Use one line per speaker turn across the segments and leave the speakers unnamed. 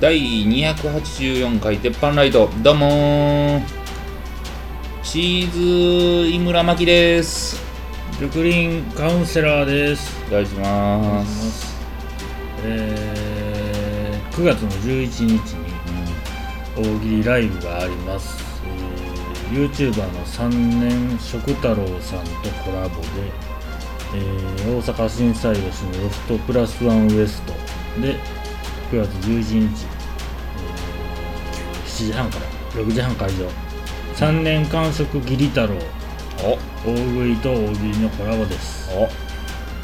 第284回鉄板ライトどうもーチーズ井村巻です
ルクリンカウンセラーです。
お願いしま
お願いしますすえー、9月の11日に大喜利ライブがあります。えー、YouTuber の3年食太郎さんとコラボで、えー大阪震災吉のロフトプラスワンウエストで9月11日、えー7時半から6時半会場3年間食義理太郎大食いと大喜利のコラボです。
おお
ぜ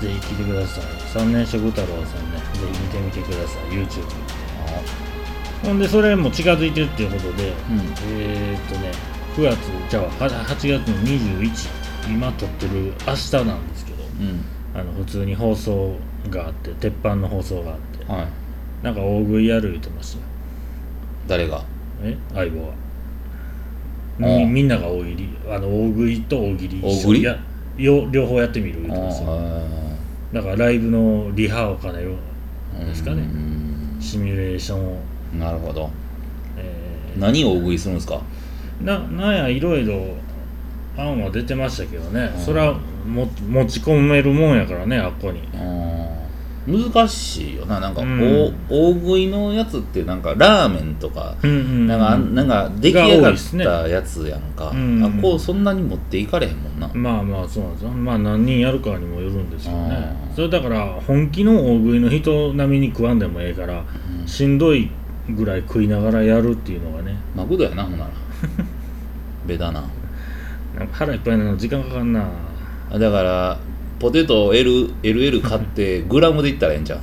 ひ聞いてください。三年食太郎さんね、ぜひ見てみてください、YouTube。ほんで、それも近づいてるっていうこと
う
で、
ん
えーっとね、9月、じゃあ、は8月の21、今撮ってる明日なんですけど、
うん
あの普通に放送があって、鉄板の放送があって、
はい
なんか大食いやる言ってましたよ。
誰が
え相棒は。
あ
み
あ
みんなが大喜利、あの大食いと大喜利
大食い
一緒にやよ両方やってみる言ってましたよ。
あ
だからライブのリハを兼ねよう。
ー
ですかね
うん
シミュレーションを、
なるほど
え
何を大食いするんですか
ーななんやいろいろ案は出てましたけどね、
うん
それはも持ち込めるもんやからねあっこに
うん難しいよななんか、
うん
お大食いのやつってなんかラーメンとか
うんうん
なんか、あんなんか出来上が
が多い
っ
っすね
たやつやんか、
うん
あこうそんなに持っていかれへんもんな、
まあまあそうなんですよまあ何人やるかにもよるんですよね
うん
それだから本気の大食いの人並みに食わんでもええからしんどいぐらい食いながらやるっていうのがね
マクドやなほんなら ベタな
なんか腹いっぱいなの時間かかんな
あだからポテト L LL 買 ってグラムでいったらええんじゃん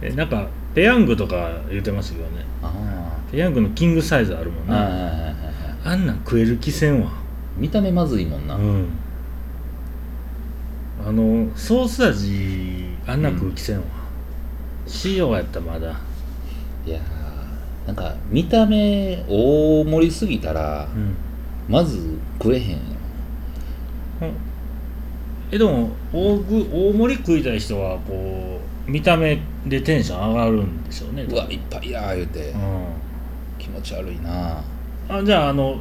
えなんかペヤングとか言ってましたけどね
あ
ペヤングのキングサイズあるもん
あ、はいはい
ね
はいはい
あんなん食える気せんわ
見た目まずいもんな、
うんあのソース味あんな空気せんわ、塩やったらまだ
いやーなんか見た目大盛りすぎたら
うん
まず食えへんよ
えでも大具大盛り食いたい人はこう見た目でテンション上がるんでしょうね
うわいっぱいやー言うて
うん
気持ち悪いな
あじゃああの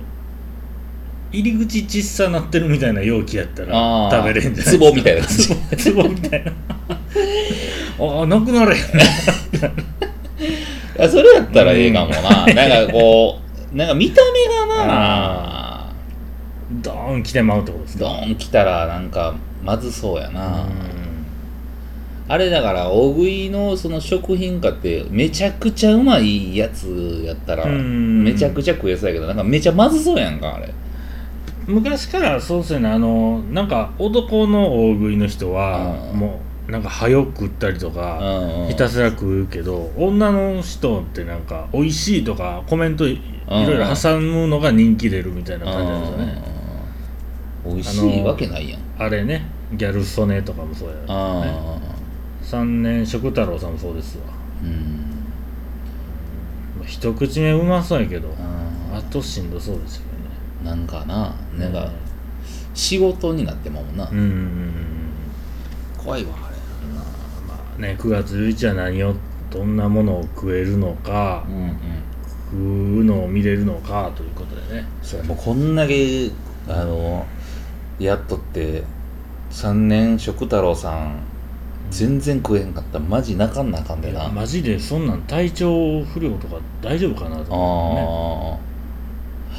入り口ちっさなってるみたいな容器やった
あ
ら
あ
食べれんじゃない
壺みたいな感 じ
じ壺壺みたいなあなくなれ
い
へん
やそれやったらええかもな、なんかこうなんか見た目がな
ドーン来てまうってことですか
ドーン来たらなんかまずそうやな、
うん
あれだから大食いのその食品化ってめちゃくちゃうまいやつやったら
うん
めちゃくちゃ食えそうやけどなんかめちゃまずそうやんかあれ
昔からそうですよねあのなんか男の大食いの人は
うん
もうなんか早く食ったりとかひた
す
すら食うけど女の人ってなんか美味しいとかコメントい
うん
いろいろ挟むのが人気出るみたいな感じなんですよね
美味しいわけないやん
あれねギャル曽根とかもそうや
あ
三年食太郎さんもそうですわ
ーうん
まあ一口目うまそうやけどあ
あ
としんどそうですよね
ーなんかななんか仕事になってまうもんな、
うんうんうんうん
怖いわあれ
まあね9月11日は何をどんなものを食えるのか、
うんうん
食うのを見れるのかということでね
そうもうこんだけあのやっとって3年食太郎さん全然食えへんかったらマジ泣かんなあかんで
い
な
や
あ
マジでそんなん体調不良とか大丈夫かなと思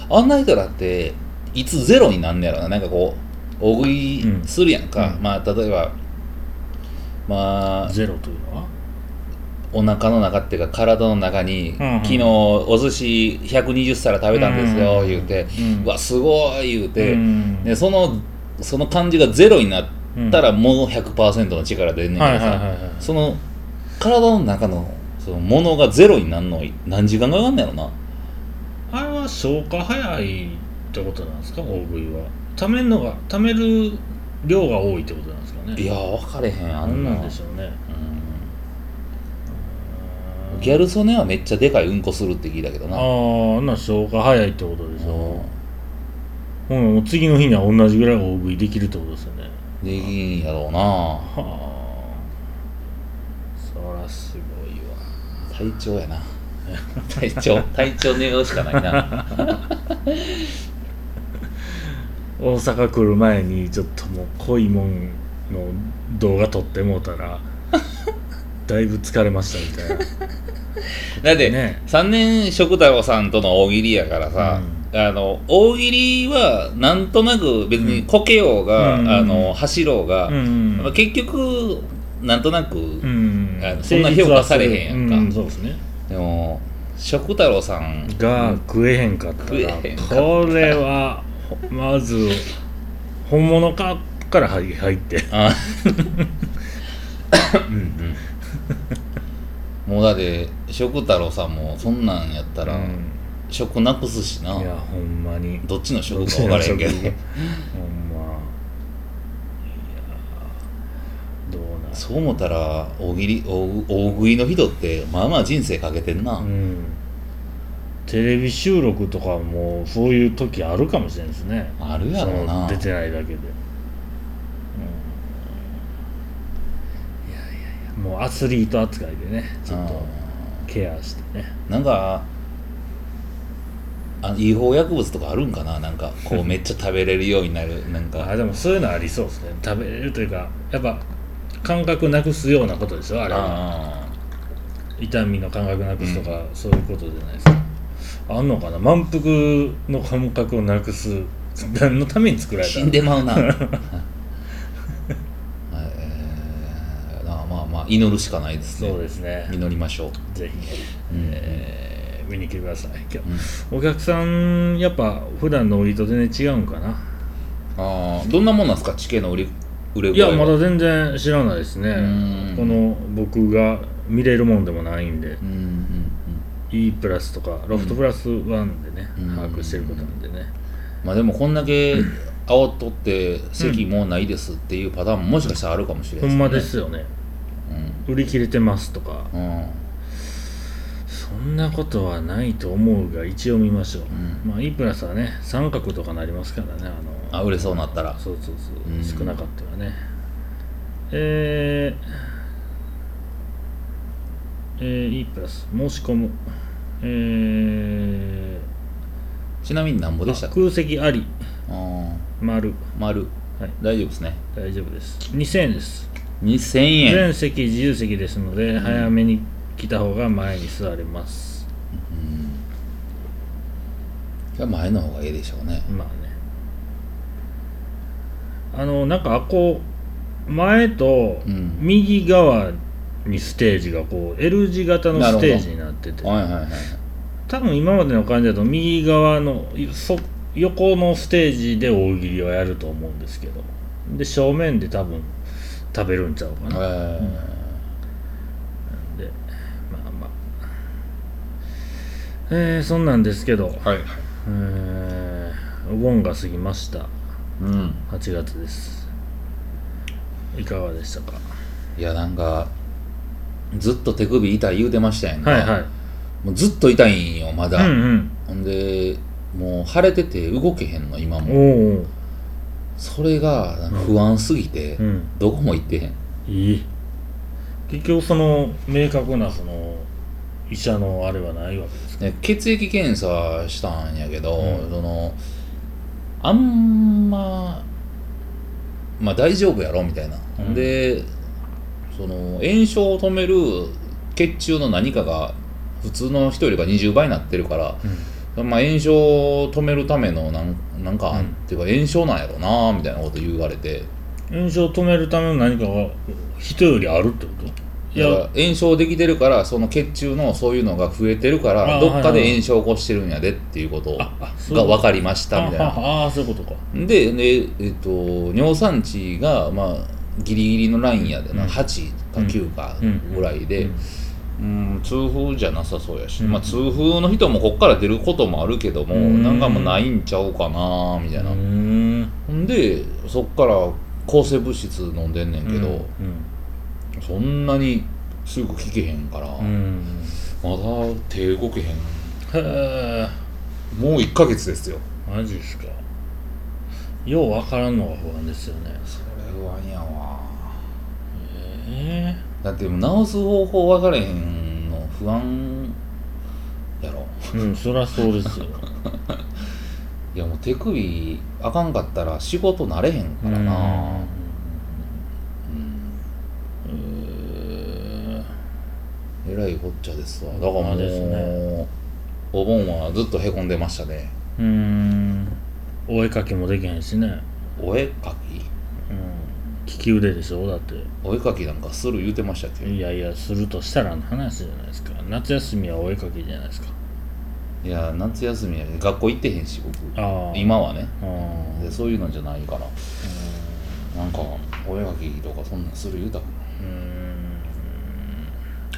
あーあんな人だっていつゼロになんねやろななんかこう大食いするやんか、
うん
まあ例えばまあ
ってねゼロというのは
お腹の中っていうか体の中に、
うんうん
昨日お寿司120皿食べたんですよ、言うて、うわすごい言うて、
うん
でそのその感じがゼロになったらもう100%の力出んねん
は
け
い
ど
はいはいは
さ
い
その体の中のそのものがゼロになるの何時間かかんねやろな
あれは消化早いってことなんですか大食いは溜めるのが溜める量が多いってことなんですかね
いやー分かれへんあ
なん
んな
なんんでしょうね
うんギャル曽根はめっちゃでかいうんこするって聞いたけど
あ
な
ーあんなん消化早いってことでしょ
うん
うん、もう次の日には同じぐらい大食いできるってことですよね
できん やろうな
はあそらすごいわ
体調やな体調体調のようしかないな
大阪来る前にちょっともう濃いもんの動画撮ってもうた らだいぶ疲れましたみたいな
だって、
ね
3年食太郎さんとの大喜利やからさ、あの大喜利はなんとなく別にこけようが、
うん
あの走ろうが、
うん
まあ結局なんとなく、
うん
あのそんな評価されへんやんか
うそうですね
でも食太郎さん
が食えへんかった
食え
ら
へんかった
これはほまず本物かから入入って
あうんうんもうだって食太郎さんもそんなんやったら、
うん
食なくすしない
やほんまに
どっちの食か分からへんけど
どっちの食ほんまいやどうなん
そう思ったら大喜利大大食いの人ってまあまあ人生かけてんな、
うんテレビ収録とかもそういう時あるかもしれないですね
あるやろ
その
な
出てないだけで、うん、いやいやいやもうアスリート扱いでねちょっとケアしてね
うんなんかあ違法薬物とかあるんかななんか こうめっちゃ食べれるようになるなん
あ
か
でもそういうのありそうですね食べれるというかやっぱ感覚なくすようなことでしょあれは
あ
痛みの感覚なくすとか、そういうことじゃないですかあんのかな満腹の感覚をなくす何のために作
ー
られた
死
の
んでまう なはいえーまあまあまあ祈るしかないですね
そうですね
祈りましょう、
ぜひ、
うん
えー見に来てください今
うん
日お客さんやっぱ普段の売りと全然違うんかな
あーどんなもんなんですか地形の売れ売れ
い
具合
や
は
まだ全然知らないですね
ん
この僕が見れるもんでもないんで
うんうんうん
E プラスとかロフトプラスワンでね、
うん
把握してることなんでね
まあでもこんだ け煽っとって席もうないですっていうパターンももしかしたらあるかもしれな
ほ
い
んまで
ね
すよね
うん
売り切れてますとか
うん
そんなことはないと思うが一応見ましょう、
ん
まあ E プラスはね三角とかなりますからねあの
あ売れそうになったら
そうそうそう、
うん
少なかったよねえー、えー、E プラス申し込むえ
ちなみになんぼ
ー、
でした
あ
か
空席あり
うん
丸
丸
はい
大丈夫ですね
大丈夫です2000円です
2000円
全席自由席ですので、早めに来た方が前に座れます
じゃあ前の方がいいでしょうね
まあねあのなんかこう前と
うん
右側にステージがこう L 字型のステージになってて
はいはいはい
多分今までの感じだと右側のそ横のステージで大喜利をやると思うんですけどで正面で多分食べるんちゃうかななん
え
でまあまあえー、そんなんですけど、
ーはい
えーお盆が過ぎました
うん
8月ですいかがでしたか
いやなんかずっと手首痛い言うてましたやんか
はいはい
もうずっと痛いんよまだ
うん
ほんでもう腫れてて動けへんの今
うん
も
おお
それがなんか不安すぎて、
うん
どこも行ってへん
いい結局その明確なその医者のあれはないわけですか
で血液検査したんやけど、
うん
そのあんままあ大丈夫やろみたいな、
うん
でその炎症を止める血中の何かが普通の人よりか20倍になってるから、まあ、炎症を止めるためのなんなんか、
うん
っていうか炎症なんやろなみたいなこと言われて
炎症を止めるための何かが人よりあるってことい
だから
や
炎症できてるからその血中のそういうのが増えてるか
あ
ら
ー
どっか
はいはいは
で
い
炎症を起こしてるんやでっていうこと
ああそうい
が
うこと
分かりましたみたいな。
ああそういうことか
でで、えっと尿酸値が、まあ、ギリギリのラインやでな、
うん
8か
うん
9か
うん
ぐらいで、うん痛風じゃなさそうやし、
うん
まあ、痛風の人もこっから出ることもあるけども、
うん
なんかもうないんちゃうかなみたいな、
うーん
ほんでそっから抗生物質飲んでんねんけど、
うん
そんなにすぐ効けへんから、
うんうん
まだ手動けへん
へえ
もう1ヶ月ですよ
マジですかようわからんのが不安ですよね
それ不安やわ
ええ
だってもう治す方法分かれへんの不安やろ
うんそりゃそうですよ
いやもう手首あかんかったら仕事なれへんからな
うん
えらいほっちゃですわだからも
ほん
う、
まですね
お盆はずっとへこんでましたね
うーんお絵かきもできへんしね、
お絵かき
うん、利き腕でしょだって
お絵かきなんかする言うてましたっけ
いやいやするとしたらの話じゃないですか夏休みはお絵かきじゃないですか
いや夏休みやで学校行ってへんし僕
ああ
今はね
あー
でそういうのじゃないからなんかお絵かきとかそんなんする言うたか
うーん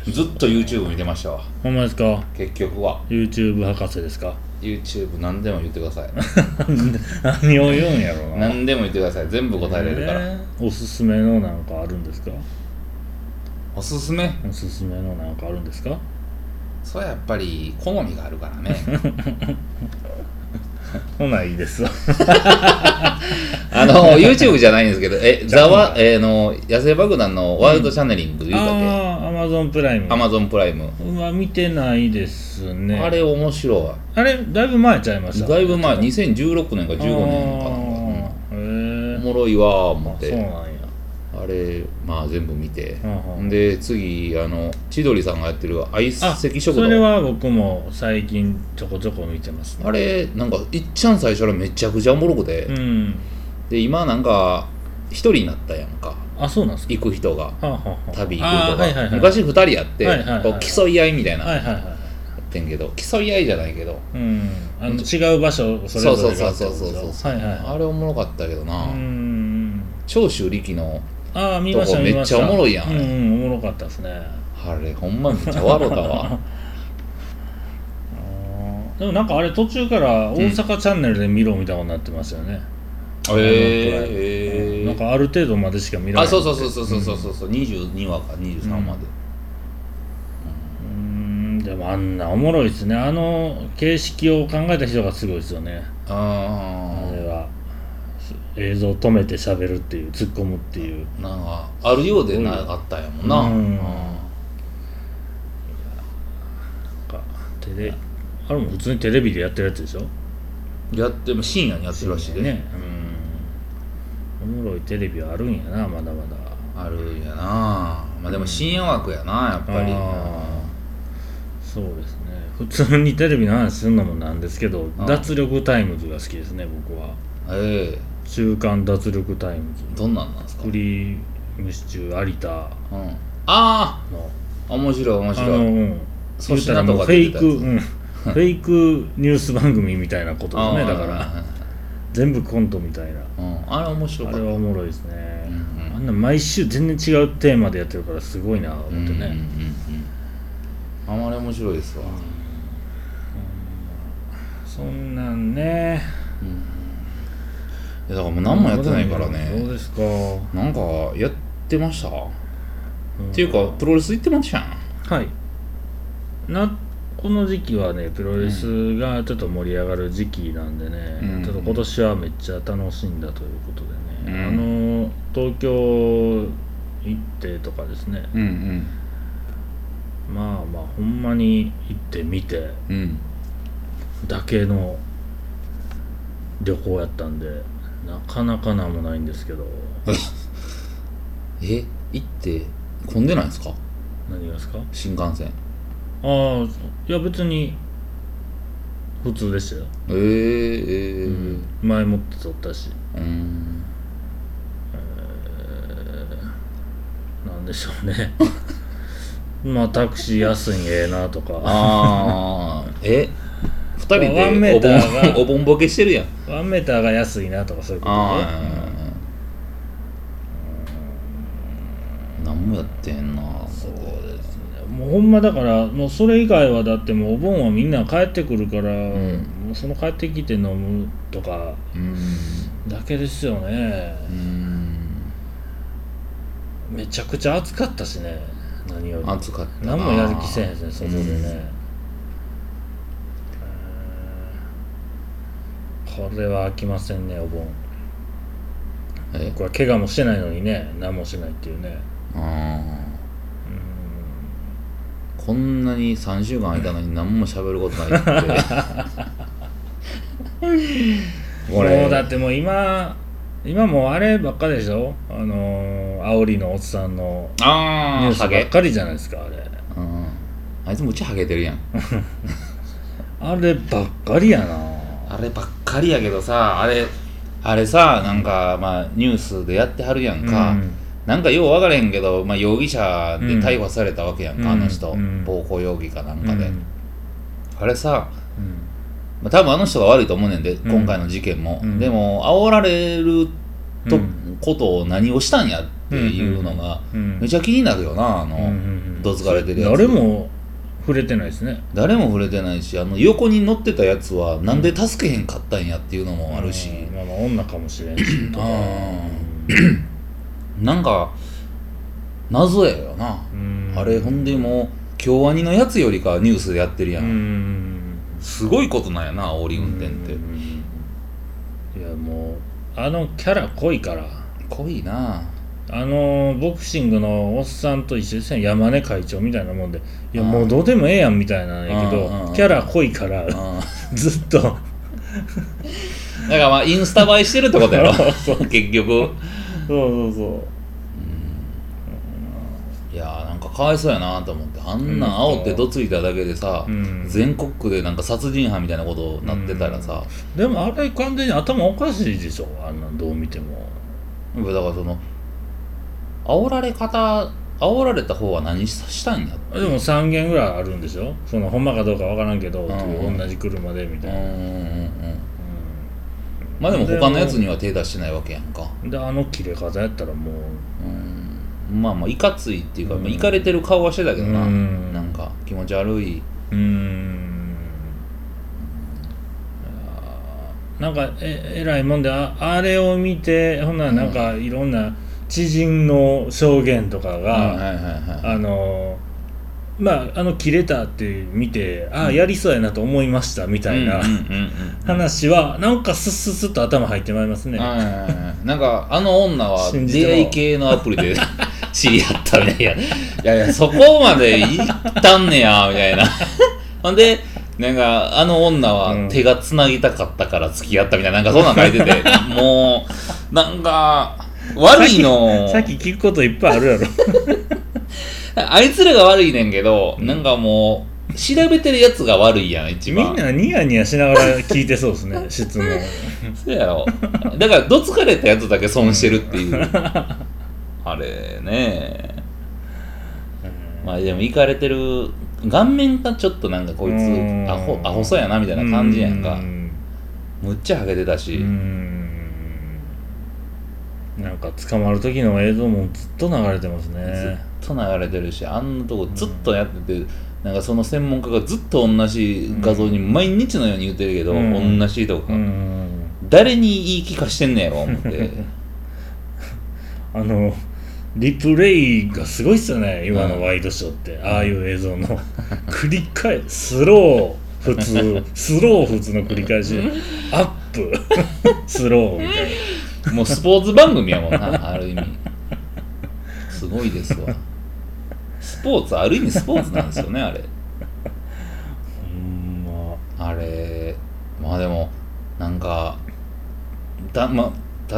なずっと YouTube 見てましたわ
ほんまですか
結局は
YouTube 博士ですか
YouTube 何でも言ってください
何を言うんやろうな
何でも言ってください全部答えれるから、
えーおすすめのなんかあるんですか
おすすめ
おすすめのなんかあるんですか
それはやっぱり好みがあるからね
ほないいですわ
あの YouTube じゃないんですけど えザワえーの野生爆弾のワイルドチャネリング言うたっ
ああアマゾンプライム
け Amazon プライム
うわ見てないですね
あれ面白いわ
あれだいぶ前ちゃいました
だいぶ前2016年か
あー
15年かなんか
へ
お
え
もろいわー思っ
そう
て
なんや
あれまあ全部見て
うんうん
で次あの千鳥さんがやってる相席食
それ
堂
は僕も最近ちょこちょこ見てますね
あれなんかいっちゃん最初からめちゃくちゃおもろくて、
うん
で今なんか一人になったやんか
あそうなんですか
行く人が
はあはあはあ
旅行
あ
くと
ー
か、
はいはいはい
昔二人やって、
はいはいはい
こう競い合いみたいな
は
や
いはいは
っ
い
てんけど、競い合いじゃないけど、
うんあの違う場所それぞれがあって
そうそうそうそうそ
はいはいは
あれおもろかったけどな、
いうん
長州力の
ああ見まし
と
た
こ
見ました
めっちゃおもろいやん
うんうんおもろかったですね
あれほんまめっちゃ笑うた わ
うんでもなんかあれ途中から大阪チャンネルで見ろみたいなことになってますよね、
へ
う
え
んなんかある程度までしか見られない
あそうそうそうそうそうそうそう、22話か23話で、
うーんでもあんなおもろいですねあの形式を考えた人がすごいですよねあ
あ
れはす映像止めて喋るっていう突っ込むっていう
あなんかあるようでなかったんやもんな、
うん
うん
なんかテレあれも普通にテレビでやってるやつでしょ
やっても深夜にやってるらしいで
ねうんおもろいテレビはあるんやなまだまだ
あるんやなまあでも深夜枠やなやっぱり
あーそうですね普通にテレビの話するのもなんですけど
あー
脱力タイムズが好きですね僕は
ええ
「週刊脱力タイムズ」
どんなんなんですか、
クリームシチュー有田
うん、あ
の
あ面白い面
あ
白
の、う
い
ん、
粗
言ったら
品と
もう
か
フェ
出て
イ
た
ク、うん、 フェイクニュース番組みたいなことです
あ
ね
ー
だから全部コントみたいな
うん、あれ面白
あ
かっ
れ
た
はおもろいですね、
うんうん
あんな毎週全然違うテーマでやってるからすごいな思って
うんうんうん
ね、
あまり面白いですわ、
そんなんね
いやだからもう何もやってないから
そう
ね
ですか、
なんかやってました、
ん
っていうかプロレス行ってましたやん
はいなこの時期はねプロレスがちょっと盛り上がる時期なんでね、
うん
ちょっと今年はめっちゃ楽しんだということでね、あの東京行ってとかですね
うん
まあまあほんまに行ってみて
うんうん
だけの旅行やったんでなかなかなんもないんですけど
え行って混んでないんですか
何がですか
新幹線
ああいや別に普通でしたよ、
えー、えー
前もって撮ったし
うん
なんでしょうね まあタクシー安いんええなとか
ああえ二人
ワンメ
で
ー
お
ターが
盆お盆ボケしてるやん
ワンメーターが安いなとかそういうこと
あ
ね
あ何もやってんな
そうですねもうほんまだからもうそれ以外はだってもうお盆はみんな帰ってくるから、
ん
もうその帰ってきて飲むとか
うん
だけですよね
うん
めちゃくちゃ暑かったしね何より
暑かったな
何もやる気せえへんですね外で
うん
ね、うんこれは飽きませんねお盆
え
僕は怪我もしてないのにね何もしないっていうね
ああこんなに3週間空いたのに何も喋ることない って
もう
俺
だってもう今今もうあればっかでしょあのー、煽りのおっさんのニ
あ
ュー
あ
スば
ハ
っ
ゲ、
かりじゃないですかあれ
うん、あいつもうちハゲてるやん
あればっかりやな
あればっかりやけどさあれあれさなんかまあニュースでやってはるやんか、
うん
なんかよう分からへんけど、まあ、容疑者で逮捕されたわけやんか、
うん
あの人、
うん
暴行容疑かなん
う
か
ん
で、あれさ、
うん
まあ、多分あの人が悪いと思うねんで、
ん
今回の事件も、
うん
でも煽られると、
うん
ことを何をしたんやっていうのが、
うん
めちゃ気になるよなあの、
うんうんうん
どつかれてるやつ
誰も触れてないですね
誰も触れてないしあの横に乗ってたやつはなんで助けへんかったんやっていうのもあるし、
うんまあまあ女かもしれんしとか
あなんか謎やよな、
うん
あれほんでもう京アニのやつよりかはニュースでやってるや、
うんん
すごいことなんやな煽り運転って、
うんいやもうあのキャラ濃いから
濃いな
あのボクシングのおっさんと一緒ですね山根会長みたいなもんでいやもうどうでもええやんみたいなんやけど
うんうん
キャラ濃いか
う
ら
ん
ずっと
だからまあインスタ映えしてるってことやろ
そう
結局
そうそう
いやーなんかかわいそうやなと思ってあんなん煽ってどついただけでさ、
うん
全国区でなんか殺人犯みたいなことになってたらさ、
でもあれ完全に頭おかしいでしょあんなんどう見ても
やっぱだからその煽られ方煽られた方は何ししたんやって
でも3軒ぐらいあるんでしょそのほんまかどうかわからんけど、
んうん
同じ車でみ
う
た
ん
い
うん
な、
うんうんまあでも他のやつには手出してないわけやんか
うんであの切れ方やったらもう
うんまあまあいかついっていうか、
うん
まあいかれてる顔はしてたけどな、
うん
なんか気持ち悪い、
うーんあーなんかええらいもんでああれを見てほんならなんかいろんな知人の証言とか
はい
が、
はいはいはい
あのまああの切れたって見てああやりそうやなと思いましたみたいな、
うんうんうん
話はなんかスッスッスッと頭入ってまいります
うん
ね
はいはいはいなんかあの女は
信じて
出
も
会い系のアプリで 知り合ったねいやいやいやそこまでいったんねやみたいな ほんでなんかあの女
う
は
ん
手がつなぎたかったから付き合ったみたいななんかそんなん書いてて もうなんか悪いの
さっき聞くこといっぱいあ るやろ
あいつらが悪いねんけど、なんかもう、調べてるやつが悪いやん、一
み
番。
んなニヤニヤしながら聞いてそうですね 質問
そうやろ。だから、どつかれたやつだけ損してるっていう。 あれね。まあ、でも、いかれてる、顔面がちょっとなんかこいつ
うん、
アホ、アホそうやな、みたいな感じやんか
う。ん
むっちゃハゲてた
う
し。
んなんか捕まる時の映像もずっと流れてます
ず
ね
っと流れてるし、あんなとこずっとやってて、なんかその専門家がずっと同じ画像に毎日のように言ってるけど、
うん
同じとこ
うん
誰に言い聞かしてんねやろ思って
あのリプレイがすごいっすよね今
う
の
ん
ワイドショーって、ああいう映像の 繰り返しスロー普通スロー普通の繰り返しアップ スローみたいな
もうスポーツ番組やもんなある意味すごいですわスポーツある意味スポーツなんですよねあれ
ほんま
あれまあでもなんかた、ま、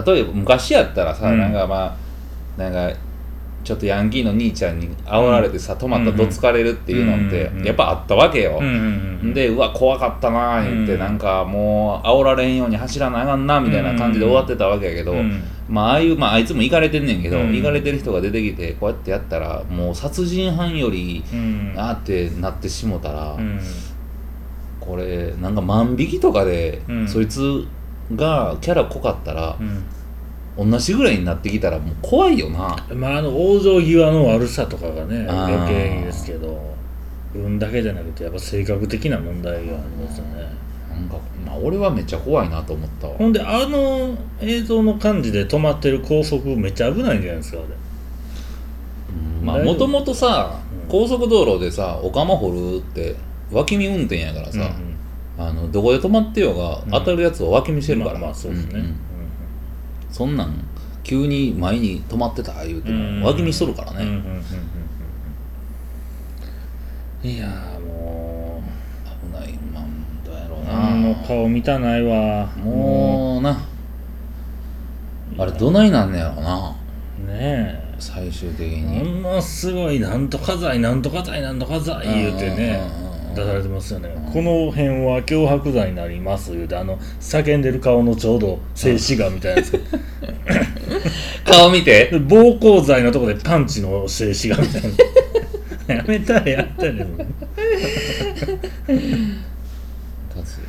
例えば昔やったらさ、
うん
なんかまあなんかちょっとヤンキーの兄ちゃんに煽られてさ、止まったらどつかれるっていうのって、
うんうん
やっぱあったわけよ、
ん
でうわ怖かったなー言って、
うん
なんかもう煽られんように走らなあかんなみたいな感じで終わってたわけやけど、
うん
まあああいう、まあ、あいつも行かれてんねんけど
う
行
ん
か、れてる人が出てきてこうやってやったらもう殺人犯より
うん
あーってなってしもたら、
うん
これなんか万引きとかで、
うん
そいつがキャラ濃かったら
う、ん
同じぐらいになってきたらもう怖いよな
まああの往生際の悪さとかがね
あー
余計にですけど運だけじゃなくてやっぱ性格的な問題がありますよね
なんか、まあ、俺はめっちゃ怖いなと思ったわ
ほんであの映像の感じで止まってる高速めっちゃ危ないんじゃないですかあれ
うんまあ
大丈夫
もともとさ
うん
高速道路でさお釜掘るって脇見運転やからさ、
うん
あのどこで止まってようが
うん
当たるやつは脇見してるから、
まあまあそうですね、
んんそんなん急に前に止まってた言うて
うん
も脇見しとるから
うんうんうんうん
ね、
うんいやーも
危ないまあどうやろう
う
な
あの顔見たないわ
もうなあれどないなんねやろうな
うね
最終的
え
に
ものすごいなんとか罪なんとか罪なんとか罪言うてね
うんうんうん
出されてますよねこの辺は脅迫罪になります言うてあの叫んでる顔のちょうど静止画みたい なやつ
顔見て
で暴行罪のとこでパンチの静止画みたいな やめたらやったらでも
立つよ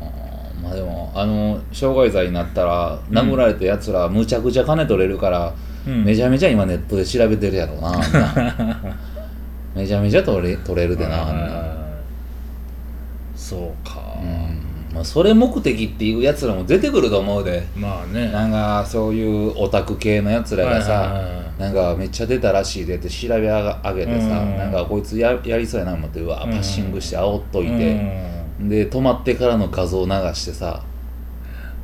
なあーまあでもあの傷害罪になったら殴られてやつらむちゃくちゃ金取れるから、
うん
めちゃめちゃ今ネットで調べてるやろうなあん なめちゃめちゃ取れ取れるでなあんな
そうか、
うんまあ、それ目的っていうやつらも出てくると思うで
まあね
なんかそういうオタク系のやつらが
はいはいはい
さ
は
なんかめっちゃ出たらしいでって調べ上げてさ
うん
なんかこいつややりそうやな思ってうわ
う
パ
ん
ッシングして煽っとい
うん
てで止まってからの画像流してさ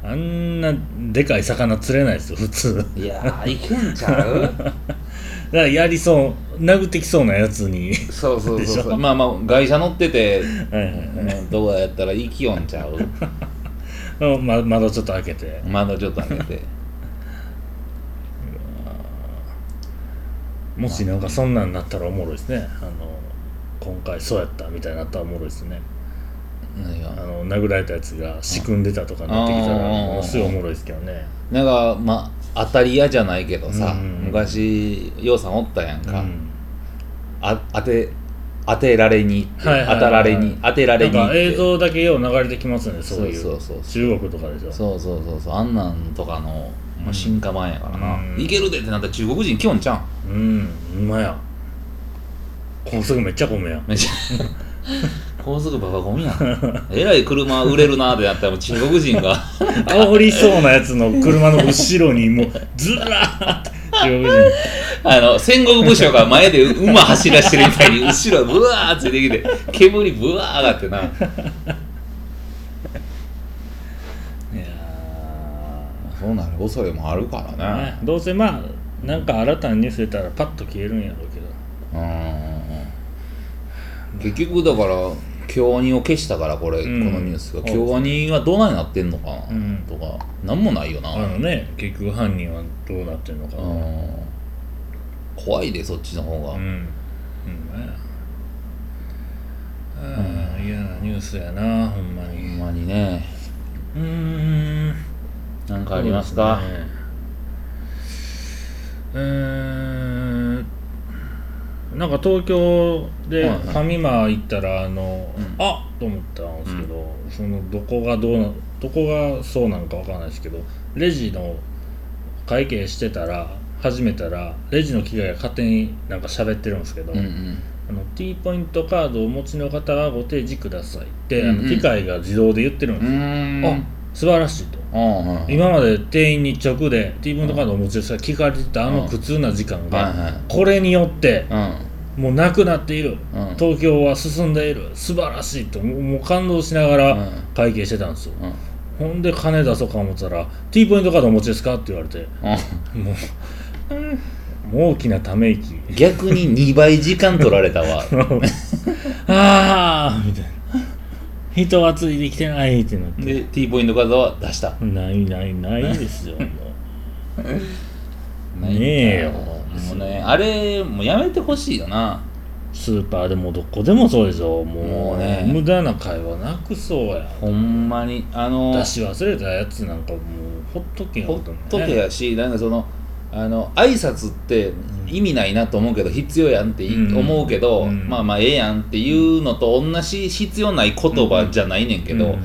あんなでかい魚釣れないですよ普通だか
いやーいけんちゃう
らやりそう殴ってきそうなやつに
そうそうそう
でし
そう
ょ
まあまあ外車乗ってて
はいはいはい
どうやったらいきよんちゃう
ま窓ちょっと開けて
窓ちょっと開けて
もしなんかそんなんなったらおもろいですねあの今回そうやったみたいになったらおもろいですね
何
あ
が
の殴られたやつが仕組んでたとかなってきたら
あー
ものすごいおもろいですけどね
なんかまあ当たり屋じゃないけどさ
うん
昔ようさんおったやん
う
か、
ん
あ当て当てられに行って、
はいはいはい
当たられに当てられ
なん
に行っ
か
て
映像だけよう流れてきますよねそういう
そうそうそう
中国とかでしょ
そうそうそうそうあんなんとかの、ま
う
あ、
ん
進化版やからな、
うん
いけるでってなったら中国人きょんちゃん
うんうまや高速めっちゃ混むやん
めっちゃ高速バカゴミや んえらい車売れるなってなったらもう中国人が
煽りそうなやつの車の後ろにもうずらー って中国人
あの戦国武将が前で馬走らしてるみたいに後ろブワーついてきて 煙ブワー上がってない
や
そうなる恐れもあるから
ー、
ね
ね、どうせまあなんか新たなニュース出たらパッと消えるんやろうけど
うん結局だから京アニを消したからこれ、
うん
このニュースが
そうです
京アニはどないなってんのかな、
うん
とかなんもないよな、
あのね結局犯人はどうなってんのかな
うん怖いでそっちの方が、
うんほんまやああ嫌なニュースやなほんま
ほ
に
んまにね
うーん
何かありますか
そうですねうーんなんか東京で
はいはい
ファミマ行ったらあの、
うん
あっと思ったんですけど、そのどこがどうなどこがそうなのかわからないですけどレジの会計してたら始めたらレジの機械が勝手になんか喋ってるんですけど、
うんうん
あの T ポイントカードをお持ちの方はご提示くださいって、あ
うんう
の
ん
機械が自動で言ってるん
う
ですよ、
ーん
あ素晴らしいと
うんうん
今まで店員に直で T ポイントカードをお持ちですから聞かれてたあの苦痛な時間
うんはいは
が
い
これによって
う
もうなくなっている
うん
東京は進んでいる素晴らしいともうもう感動しなが
う
ら
ん
会計してたんですよ
んうん
ほんで金出そうか思ったら T ポイントカードお持ちですかって言われてもうもう大きなため 息
逆に2倍時間取られたわ
ああみたいな人はついてきてないってなっ て
で T ポイントカードは出した
ないないないですよも う
ないんだ
ねえよ
もうねあれもうやめてほしいよな
スーパーでもどこでもそうでしょもう
もうね
無駄な会話なくそうや
ほんまにあの
出し忘れたやつなんかもうほっとけよ
ほっとけ
ね
やし、なんかその、あの挨拶って意味ないなと思うけど必要やんってい
うん
思うけど、
うん
まあまあええやんっていうのと同じ必要ない言葉じゃないねんけど、
うん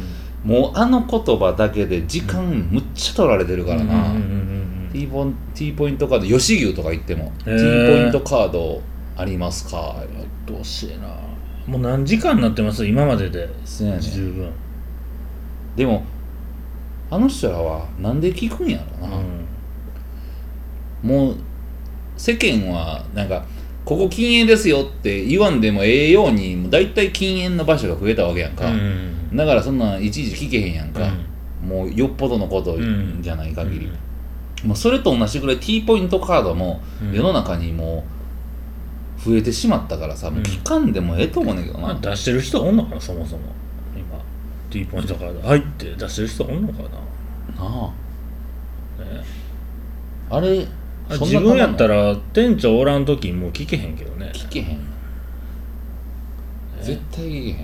もうあの言葉だけで時間むっちゃ取られてるからな、
うんうんうんうん
T, ポン T ポイントカード吉牛とか言っても「T
へ
ポ
ー
イントカードありますか?」
うっとうしいなもう何時間になってます今までで
そうやね
十分、
でもあの人らはなんで聞くんやろ
う
な、
ん
もう世間はなんかここ禁煙ですよって言わんでもええようにもう大体禁煙の場所が増えたわけやんか、
うん
だからそんなんいちいち聞けへんやんか、もうよっぽどのこと
うん
じゃない限り、もうそれと同じぐらい T ポイントカードも
うん
世の中にもう増えてしまったからさ、もう期間でもええと思うねんけどな、
まあ、出してる人おんのかなそもそも今 T ポイントから入って出してる人おんのかな、
あ
ね、
ああれ
あ自分やった
ら
ら店長おらん時もう聞けへんけどね
聞けへん絶対聞けへん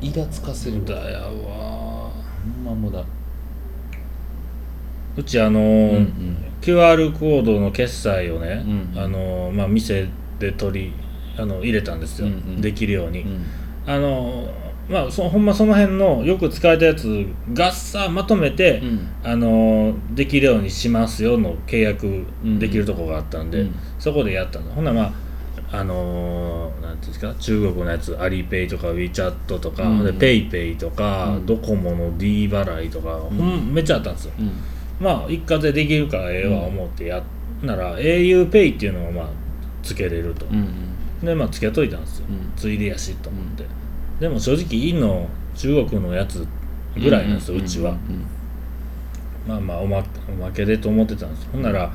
イラつかせる
だやわ
ほんま無駄
うちあの
うん
ー
うん
QR コードの決済をね、
うん
あのーまあ、店で取りあの入れたんですよ、
うんうん
できるように、
うん
あのーまあそほんまその辺のよく使えたやつがっさまとめて、
うん
あのーできるようにしますよの契約できるとこがあったんで、
うん
そこでやったのほんならまああのーなんていうんですか中国のやつアリペイとか WeChat とか、
うん
でペイペイとか、
うん
ドコモの D 払いとか、ほんめっちゃあったんですよ
うん
まあ一括でできるからええわ思ってやっなら auPay っていうのをまあつけれると、
うん
でまあつけといたんですよ、
うん
ついでやしと思って、でも正直インの中国のやつ
うん
ぐらいなんですよ、う
うん
ちは、
うん
まあまあおまおまけでと思ってたんですほんなら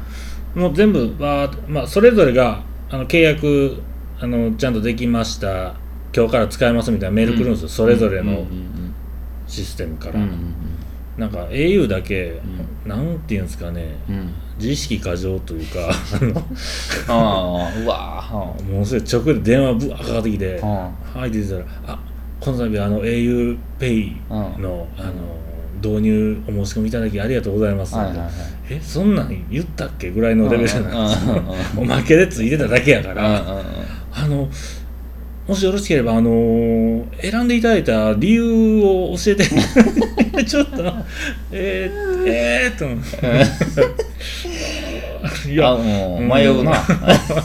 もう全部わーっとまあそれぞれがあの契約あのちゃんとできました今日から使えますみたいなメール来るんですよ、それぞれ
うん
の
うん
システムか
う
ら、
んうん
なんか au だけ、
う
なんていうんですかね
うんうん
自意識過剰というか あの
ああうわあ
ものすごい直で電話ぶわーかかってきて「
うん
はい」って言ってたら「あこの度あの auPay の,、あの導入お申し込みいただきありがとうございます」
はいはいはい
えそんなん言ったっけぐらいのレベルじゃないです
うんう
か
んうん う
おまけでついてただけや
うん
か
うん
らあのもしよろしければあの選んでいただいた理由を教えて ちょっとえー、えー、っと思って い
いや
や
もう迷うなは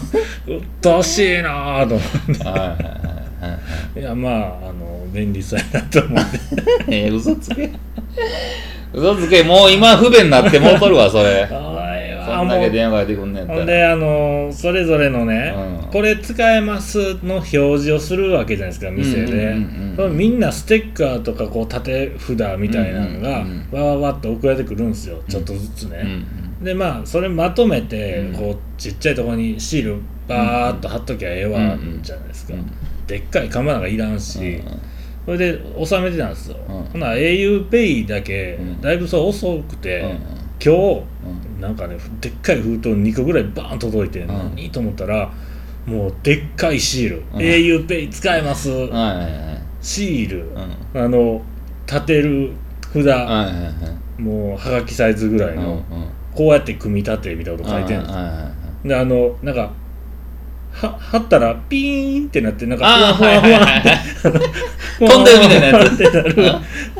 うっとうしいなぁと思っ
いはいはいはい
ていやまああの便利さやなと 思って
えー、嘘つけ。嘘つけ、もう今不便になってもうとるわ、それ。そ
あ
んだけ電話かけてくんねんや
ほん
ったら。
であのそれぞれのね、
うん
これ使えますの表示をするわけじゃないですか店で、
うんうんうんうん
それみんなステッカーとかこう縦札みたいなのが、
うんうん
わわわっと送られてくるんですよちょっとずつ
うんう
ね、
ん
でまあそれまとめて、
うん
こうちっちゃいところにシールバーっと貼っときゃええわ、じゃないですか、
うん
でっかい釜なんかいらんし、
うん
それで収めてたんですよ、
うん
ほな auPay だけ、
うん
だいぶそう遅くて、
うんうん
今日
うん
なんかねでっかい封筒2個ぐらいバーン届いて、
ん
何と思ったらもうでっかいシール「
うん
auPay 使えます」
はいはいはい。
シール、
うん
あの立てる札、
はいはいはい
もうはがきサイズぐらい
うん
の、
うん
こうやって組み立てみたいなこと書いてるんです
はいはいはい
であのなんかは貼ったらピーンってなってなんか
あー
ふ
は
わ
い
ふ
はい
わふわ
はいはい
ふわ
飛んでるみたいなやつ
ってなる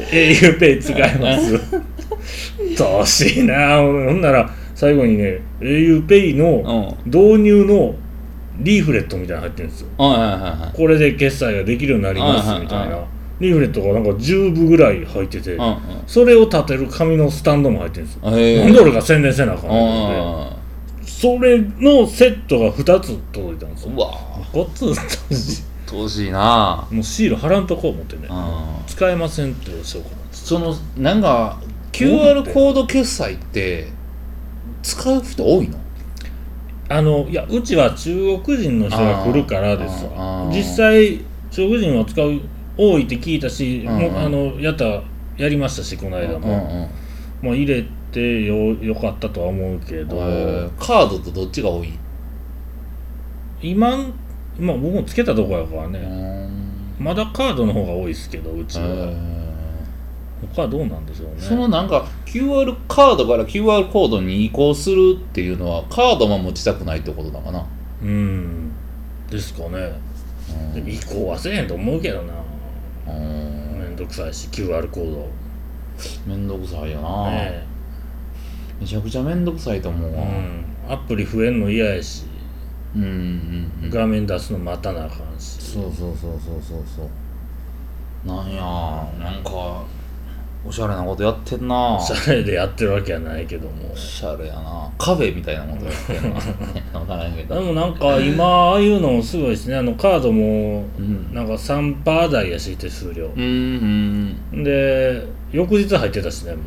auPay 使えますどうしいなほんなら最後にね auPay の、
うん
導入のリーフレットみたいなの入ってるんですよ
はいはいはいはい
これで決済ができるようになりますみた
はい
い
はい
な
は
リーフレットがなんか10部ぐらい入ってて
うん
それを立てる紙のスタンドも入ってるんですよ
うんへー
なんで俺が宣伝せなあか
う
んの
ん
でそれのセットが2つ届いたんですよ
うわ
ごっつうっとうし
楽しいない
もうシール貼らんとこう思ってね
うん
使えませんってしようかな
そのなんか QR コード決済って使う人多いの
あのいやうちは中国人の人が来るからです
あ
わ
ー
実際中国人は使う多いって聞いたし、
うんうん
もうあのやったやりましたしこの
うん
間
う
も、
ん
もう入れてよよかったとは思うけど、
えーカードとどっちが多い
今んまあ僕もつけたとこやから
う
ね、
ん
まだカードの方が多いですけどうちは、他はどうなんでしょうね
そのなんか QR カードから QR コードに移行するっていうのはカードも持ちたくないってことだかな、
うんですかね
う
でも
ん
移行はせえへんと思うけどな
うん
めんどくさいし QR コード
めんどくさいよな、
ね
めちゃくちゃめんどくさいと思う
う
わ
んアプリ増えんの嫌やし
うんうんうん
画面出すの待たなあかんし
そうそうそうそうそうそうなんやなんかおしゃれなことやってんな
おしゃれでやってるわけはないけども
おしゃれやなカフェみたいなことやって んなわからんけ
で
ど
もなんか今ああいうのもすごいですねあのカードも
うん
なんか3パー台やし手数料
うんうん
で翌日入ってたしねもう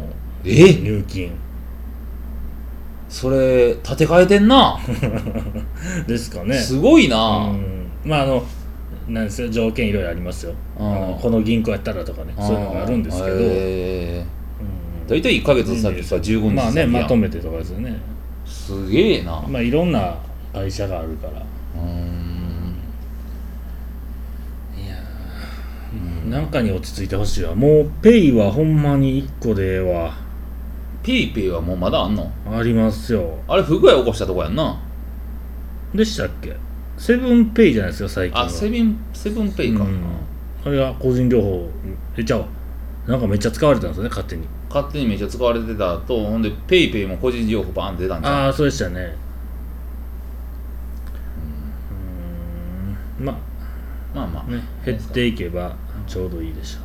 え
入金
それ建て替えてんな、
ですかね
すごいな、
うんまああのなんですよ条件いろいろありますよあ
うん
のこの銀行やったらとかねそういうのがあるんですけど、
へ
うん
ー大体1か月先さ15日先
まあね
やん
まとめてとかですよね
すげえな
まあいろんな会社があるから
うーん
いやーなんかに落ち着いてほしいわもうペイはほんまに1個では
ペイペイはもうまだあんの
ありますよ
あれ不具合起こしたとこやんな
でしたっけセブンペイじゃないですか最近は
あセブンセブンペイか、
うんあれは個人情報えちゃうわなんかめっちゃ使われたんですよね勝手に
勝手にめっちゃ使われてたとほんでペイペイも個人情報バーンって出たんじゃん
ああそうでしたねうーんま
まあまあ
あね減っていけばちょうどいいでし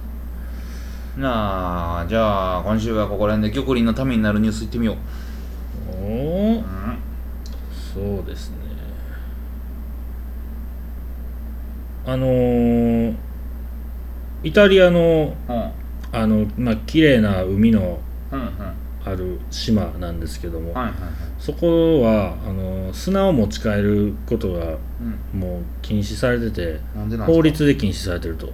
ょ
なあじゃあ今週はここら辺で玉林のためになるニュースいってみよう、
うおお
うん
そうですねあのーイタリアの
うん
あのまあ綺麗な海の
うんうん
ある島なんですけども、
はいはいはい
そこはあの砂を持ち帰ることが
うん
もう禁止されてて
なんでなんですか
法律で禁止されてると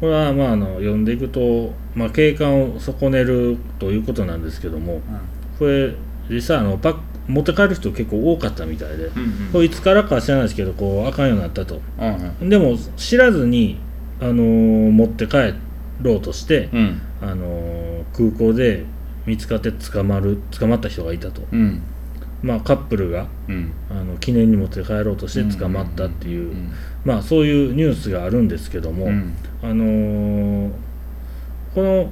これはまああの読んでいくと、まあ、景観を損ねるということなんですけども
うん
これ実際あのパック持って帰る人結構多かったみたいで
うんうん
これいつからか知らないですけどこうあかんようになったと
うんうん
でも知らずに、あのー持って帰ろうとして、
うん
あのー空港で見つかって捕まる捕まった人がいたと、
うん
まあ、カップルが
うん
あの記念に持って帰ろうとして捕まったっていう、
うん
まあ、そういうニュースがあるんですけども、
うん
あのーこの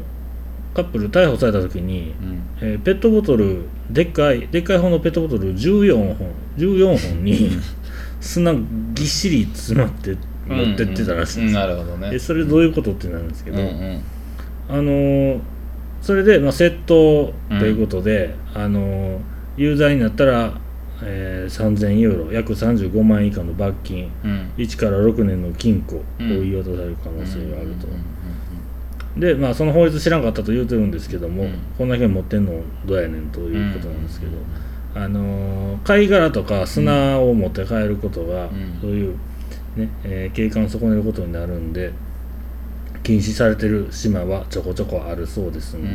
カップル逮捕された時に、
うん
えーペットボトルでっかいでっかい方のペットボトル14本14 本に砂ぎっしり詰まって持ってってたらしいん
うん
ですよ
なるほどね
えそれどういうことってなるんですけ
う
ど、
んうん
あのーそれで、まあ、窃盗ということで、あのー有罪になったら、えー3000ユーロ約35万円以下の罰金
うん
1から6年の禁錮を言い渡される可能性があると、
うんうん
でまあその法律知らんかったと言うてるんですけども、
うん
こんだけ持ってんのどうやねんと
う
いうことなんですけど、あのー貝殻とか砂を持って帰ることが、
ん
そういう、ねえー景観を損ねることになるんで禁止されてる島はちょこちょこあるそうです
うん
で、
ん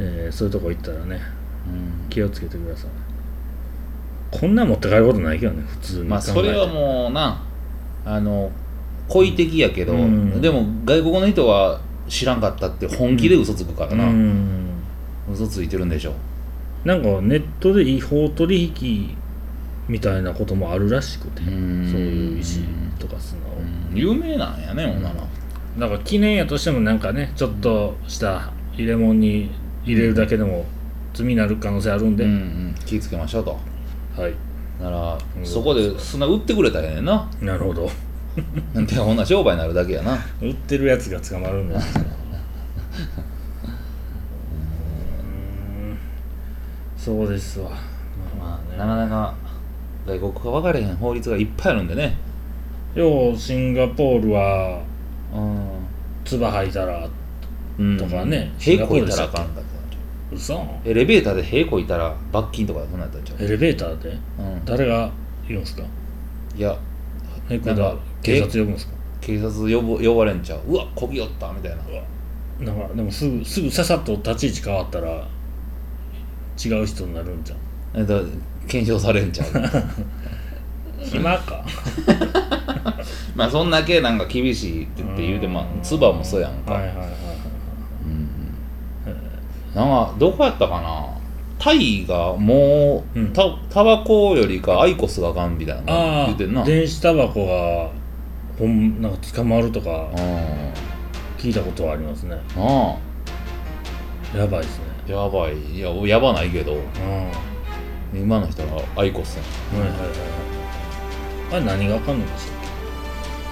えーそういうとこ行ったらね
うん
気をつけてくださいこんなん持って帰ることないけどね普通に考えて、
まあそれはもうなあの故意的やけど
うん
でも外国の人は知らんかったって本気で嘘つくから
う
なん嘘ついてるんでしょ
なんかネットで違法取引みたいなこともあるらしくてそう
うん
いう石とか砂を、
うん有名なんやねほんなら
なんか記念やとしてもなんかねちょっとした入れ物に入れるだけでも罪になる可能性あるんで、
うんうん気ぃつけましょうと
はい
なら
うん
そこで砂売ってくれたらええねん な
なるほど
なんてほんな商売になるだけやな
売ってるやつが捕まるんです よそうですわ
まあなかなか外国か分かれへん法律がいっぱいあるんでね
ようシンガポールは
うん
唾吐いたら
うん
とかね
屁こいたらあかんだって
嘘
エレベーターで屁こいたら罰金とかそんなんやったんちゃ
エレベーターで
う、う
誰がいるんですか
ん、いや
えこれ
なん
だ
か
警察呼ぶんですか
警察呼ぶ呼ばれんちゃううわこぎよったみたいな
なんかでもすぐすぐささっと立ち位置変わったら違う人になるんじゃん
えっと検証されんちゃ う
暇か
まあそんだけなんか厳しいって言って言うてまあツバもそうやんか、
はいはいはいはい
うんなんかどこやったかなタイがもう、
うん
たタバコよりかアイコスがあかんみたいな
あ
言うてんな
あ電子タバコがほんなんか捕まるとか
うんな
聞いたことはありますね
あ
やばいですね
やばいいややばないけど
うんはい
今の人はアイコスやん
はいはいはいあれ何があかんのでしたっ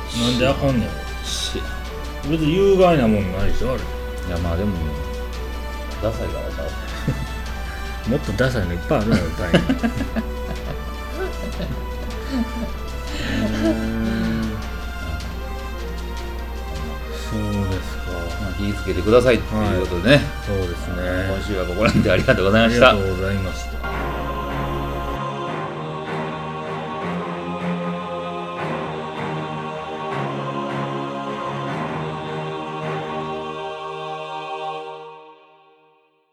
けなんであかんねん
し
別に有害なもんないでしょあれ
いやまあでもダサいからさ
もっとダサいのいっぱいあるのよタ イにそうですか
まあ気ぃつけてくださいということでね、
そうですね
今週はここら辺でありがとうございま
あり
し
が
た
とうございました